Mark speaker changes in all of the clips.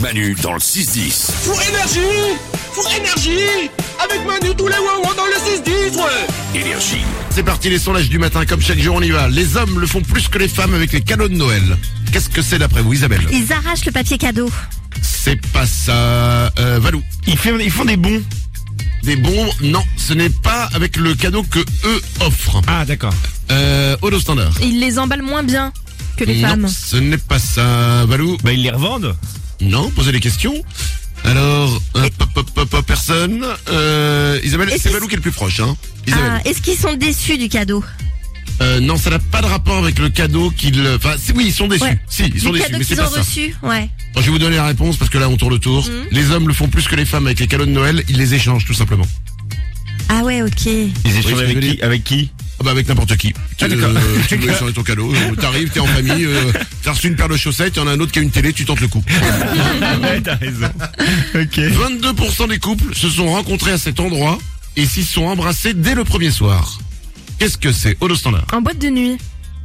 Speaker 1: Manu dans le 6-10.
Speaker 2: Pour énergie Pour énergie Avec Manu tous les wouah dans le 6-10 ouais
Speaker 1: Énergie.
Speaker 3: C'est parti les sondages du matin, comme chaque jour on y va. Les hommes le font plus que les femmes avec les cadeaux de Noël. Qu'est-ce que c'est d'après vous Isabelle
Speaker 4: Ils arrachent le papier cadeau.
Speaker 3: C'est pas ça. Euh, Valou.
Speaker 5: Ils font, ils font des bons.
Speaker 3: Des bons, non, ce n'est pas avec le cadeau que eux offrent.
Speaker 5: Ah, d'accord.
Speaker 3: Euh, Odo Standard.
Speaker 4: Ils les emballent moins bien que les femmes.
Speaker 3: Non, ce n'est pas ça. Valou.
Speaker 5: Bah, ils les revendent.
Speaker 3: Non, posez des questions. Alors, euh, hop, hop, hop, hop, hop, personne. Euh, Isabelle,
Speaker 4: Et
Speaker 3: c'est
Speaker 4: si-
Speaker 3: Valou qui est le plus proche. Hein. Isabelle.
Speaker 4: Ah, Est-ce qu'ils sont déçus du cadeau
Speaker 3: Euh, non, ça n'a pas de rapport avec le cadeau qu'ils... Enfin, si, oui, ils sont déçus.
Speaker 4: Ouais.
Speaker 3: Si, ils sont
Speaker 4: Du
Speaker 3: déçus,
Speaker 4: cadeau
Speaker 3: mais c'est
Speaker 4: qu'ils
Speaker 3: pas
Speaker 4: ont
Speaker 3: ça.
Speaker 4: reçu Ouais.
Speaker 3: Bon, je vais vous donner la réponse parce que là, on tourne le tour. Les hommes le font plus que les femmes avec les cadeaux de Noël. Ils les échangent, tout simplement.
Speaker 4: Ah ouais, ok.
Speaker 5: Ils
Speaker 3: échangent avec qui-
Speaker 5: Avec qui
Speaker 3: Ah bah avec n'importe qui.
Speaker 5: Ah, d'accord.
Speaker 3: Euh, tu veux échanger ton cadeau, euh, t'arrives, t'es en famille, euh, t'as reçu une paire de chaussettes, y en a un autre qui a une télé, tu tentes le coup. Ah
Speaker 5: Ouais, t'as raison. ok.
Speaker 3: 22% des couples se sont rencontrés à cet endroit et s'y sont embrassés dès le premier soir. Qu'est-ce que c'est Odo Standard
Speaker 4: En boîte de nuit.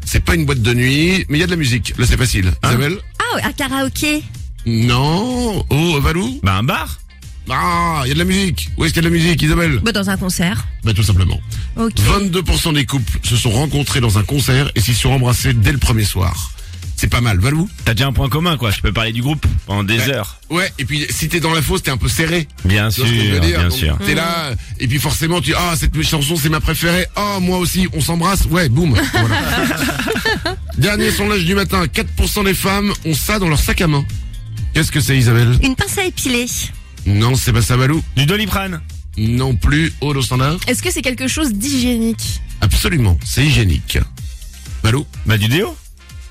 Speaker 3: C'est pas une boîte de nuit, mais il y a de la musique. Là, c'est facile.
Speaker 5: Hein?
Speaker 3: Isabelle
Speaker 4: Ah ouais, à karaoké.
Speaker 3: Non. Oh, Valou
Speaker 5: Bah, un bar
Speaker 3: Ah, il y a de la musique. Où est-ce qu'il y a de la musique, Isabelle
Speaker 4: Bah, dans un concert.
Speaker 3: Bah, tout simplement.
Speaker 4: Ok.
Speaker 3: 22% des couples se sont rencontrés dans un concert et s'y sont embrassés dès le premier soir. C'est pas mal, Valou
Speaker 5: T'as déjà un point commun, quoi. Je peux parler du groupe pendant des
Speaker 3: Ouais.
Speaker 5: heures.
Speaker 3: Ouais, et puis si t'es dans la fosse, t'es un peu serré.
Speaker 5: Bien
Speaker 3: Tu
Speaker 5: sûr,
Speaker 3: vois ce que je veux dire
Speaker 5: bien
Speaker 3: Donc,
Speaker 5: sûr.
Speaker 3: T'es là, et puis forcément, tu ah, cette chanson, c'est ma préférée. Ah, moi aussi, on s'embrasse. Ouais, boum. Voilà. Dernier sondage du matin, 4% des femmes ont ça dans leur sac à main. Qu'est-ce que c'est, Isabelle
Speaker 4: Une pince à épiler.
Speaker 3: Non, c'est pas ça, Valou.
Speaker 5: Du doliprane.
Speaker 3: Non plus, Odo Standard.
Speaker 4: Est-ce que c'est quelque chose d'hygiénique
Speaker 3: Absolument, c'est hygiénique. Valou
Speaker 5: Bah, du déo.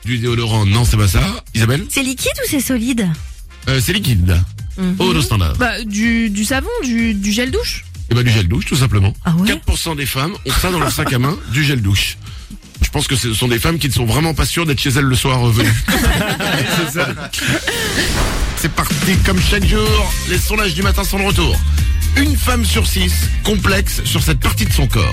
Speaker 3: Du déodorant, non, c'est pas ça. Isabelle
Speaker 4: C'est liquide ou c'est solide
Speaker 3: Euh, C'est liquide.
Speaker 4: Mhm.
Speaker 3: Odo Standard.
Speaker 6: Bah, du, du savon, du, du gel douche.
Speaker 3: Et bah du gel douche tout simplement.
Speaker 4: Ah ouais
Speaker 3: 4% des femmes ont ça dans leur sac à main, du gel douche. Je pense que ce sont des femmes qui ne sont vraiment pas sûres d'être chez elles le soir euh, venu. C'est ça. C'est parti comme chaque jour, les sondages du matin sont de retour. Une femme sur six complexe sur cette partie de son corps.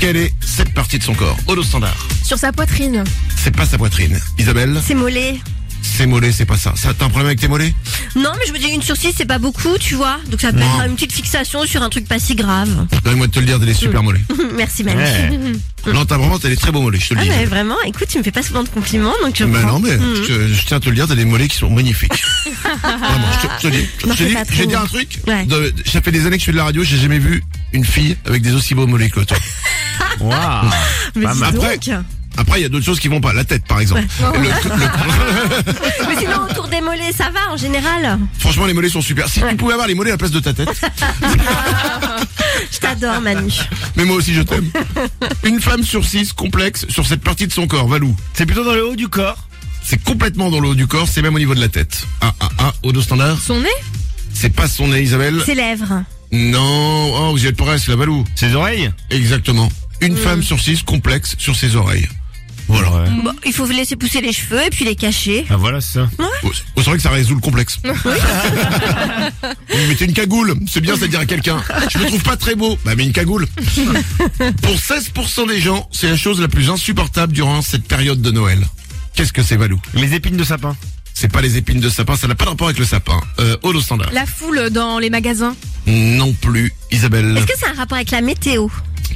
Speaker 3: Quelle est cette partie de son corps Odo standard.
Speaker 6: Sur sa poitrine.
Speaker 3: C'est pas sa poitrine. Isabelle,
Speaker 4: C'est mollet.
Speaker 3: ses mollets, c'est pas ça. Ça t'as un problème avec tes mollets
Speaker 4: Non, mais je me dis, une sur six, c'est pas beaucoup, tu vois. Donc ça peut
Speaker 3: Non.
Speaker 4: être une petite fixation sur un truc pas si grave.
Speaker 3: Permets-moi de te le dire, t'as des super mollets.
Speaker 4: Merci, Manu.
Speaker 5: Ouais.
Speaker 3: Non, t'as vraiment t'as des très beaux mollets, je te le
Speaker 4: Hmm. Ah,
Speaker 3: dis.
Speaker 4: mais vraiment, écoute, tu me fais pas souvent de compliments, donc je
Speaker 3: Bah non,
Speaker 4: prends.
Speaker 3: mais je, je tiens à te le dire, t'as des mollets qui sont magnifiques. Vraiment, je te, je te dis, je
Speaker 4: Non,
Speaker 3: te
Speaker 4: c'est
Speaker 3: dis,
Speaker 4: pas
Speaker 3: je vais
Speaker 4: trop.
Speaker 3: dire un truc.
Speaker 4: Ouais.
Speaker 3: De- ça fait des années que je fais de la radio, j'ai jamais vu une fille avec des aussi beaux mollets que toi.
Speaker 5: Waouh.
Speaker 4: Mais
Speaker 5: Pas
Speaker 4: dis
Speaker 5: mal.
Speaker 3: Après-
Speaker 4: donc.
Speaker 3: Après, il y a d'autres choses qui vont pas. La tête, par exemple. Le- le-
Speaker 4: Mais sinon, autour des mollets, ça va en général.
Speaker 3: franchement, les mollets sont super. Si tu pouvais avoir les mollets à la place de ta tête,
Speaker 4: Je t'adore, Manu.
Speaker 3: mais moi aussi, je t'aime. Une femme sur six complexe sur cette partie de son corps, Valou.
Speaker 5: C'est plutôt dans le haut du corps.
Speaker 3: C'est complètement dans le haut du corps, c'est même au niveau de la tête. Ah, ah, ah, au dos standard.
Speaker 6: Son nez
Speaker 3: C'est pas son nez, Isabelle.
Speaker 4: Ses lèvres.
Speaker 3: Non, oh, vous y êtes pas resté, la Valou.
Speaker 5: Ses oreilles.
Speaker 3: Exactement. Une femme sur six complexe sur ses oreilles. Voilà.
Speaker 5: Ouais.
Speaker 4: Bon, il faut laisser pousser les cheveux et puis les cacher.
Speaker 5: Ah, voilà, c'est ça.
Speaker 3: Oh, C'est vrai que ça résout le complexe. Vous mettez une cagoule, c'est bien ça de dire à quelqu'un. Je me trouve pas très beau. Bah mets une cagoule. Pour 16% des gens, c'est la chose la plus insupportable durant cette période de Noël. Qu'est-ce que c'est Valou
Speaker 5: Les épines de sapin.
Speaker 3: C'est pas les épines de sapin, ça n'a pas de rapport avec le sapin. Euh, holo standard.
Speaker 6: La foule dans les magasins.
Speaker 3: Non plus, Isabelle.
Speaker 4: Est-ce que c'est un rapport avec la météo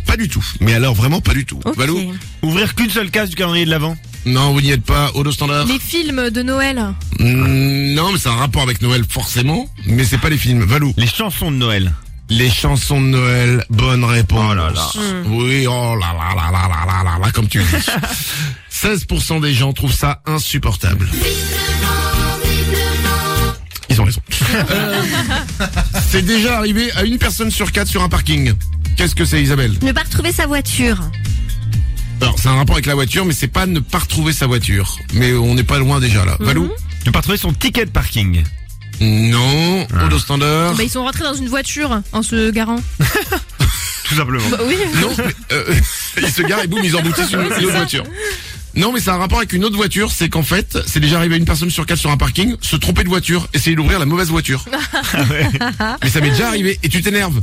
Speaker 3: Pas du tout. Mais alors vraiment pas du tout.
Speaker 4: Ok.
Speaker 3: Valou
Speaker 5: Ouvrir qu'une seule case du calendrier de l'avant.
Speaker 3: Non, vous n'y êtes pas. Holo standard.
Speaker 6: Les films de Noël.
Speaker 3: Mm, Non, mais c'est un rapport avec Noël forcément, mais c'est pas les films. Valou,
Speaker 5: Les chansons de Noël.
Speaker 3: les chansons de Noël, bonne réponse.
Speaker 5: Oh là là.
Speaker 3: Oui, oh là là là là là là là là, comme tu le dis. 16% des gens trouvent ça insupportable. Ils ont raison. Euh, c'est déjà arrivé à une personne sur quatre sur un parking. Qu'est-ce que c'est Isabelle
Speaker 4: Ne pas retrouver sa voiture.
Speaker 3: Alors c'est un rapport avec la voiture, mais c'est pas ne pas retrouver sa voiture. Mais on n'est pas loin déjà là. Valou
Speaker 5: Ne pas trouver son ticket de parking.
Speaker 3: Non.
Speaker 5: Ah.
Speaker 3: Odo standard.
Speaker 6: Bah, ils sont rentrés dans une voiture en se garant.
Speaker 5: Tout simplement.
Speaker 6: Bah oui.
Speaker 3: Non, mais, euh, ils se garent et boum, ils emboutissent une, une autre voiture. Non, mais c'est un rapport avec une autre voiture, c'est qu'en fait, c'est déjà arrivé à une personne sur quatre sur un parking, se tromper de voiture, essayer d'ouvrir la mauvaise voiture. mais ça m'est déjà arrivé, et tu t'énerves.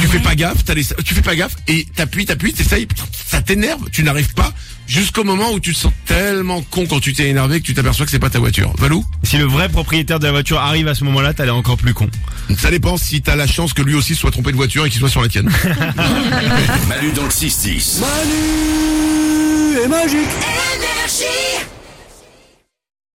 Speaker 3: tu fais pas gaffe, t'as les- tu fais pas gaffe et t'appuies, t'appuies, t'essayes, ça t'énerve, tu n'arrives pas jusqu'au moment où tu te sens tellement con quand tu t'es énervé que tu t'aperçois que c'est pas ta voiture. Valou
Speaker 5: Si le vrai propriétaire de la voiture arrive à ce moment-là, t'as l'air encore plus con.
Speaker 3: Ça dépend si t'as la chance que lui aussi soit trompé de voiture et qu'il soit sur la tienne.
Speaker 1: Manu dans le 6-10.
Speaker 2: Manu est magique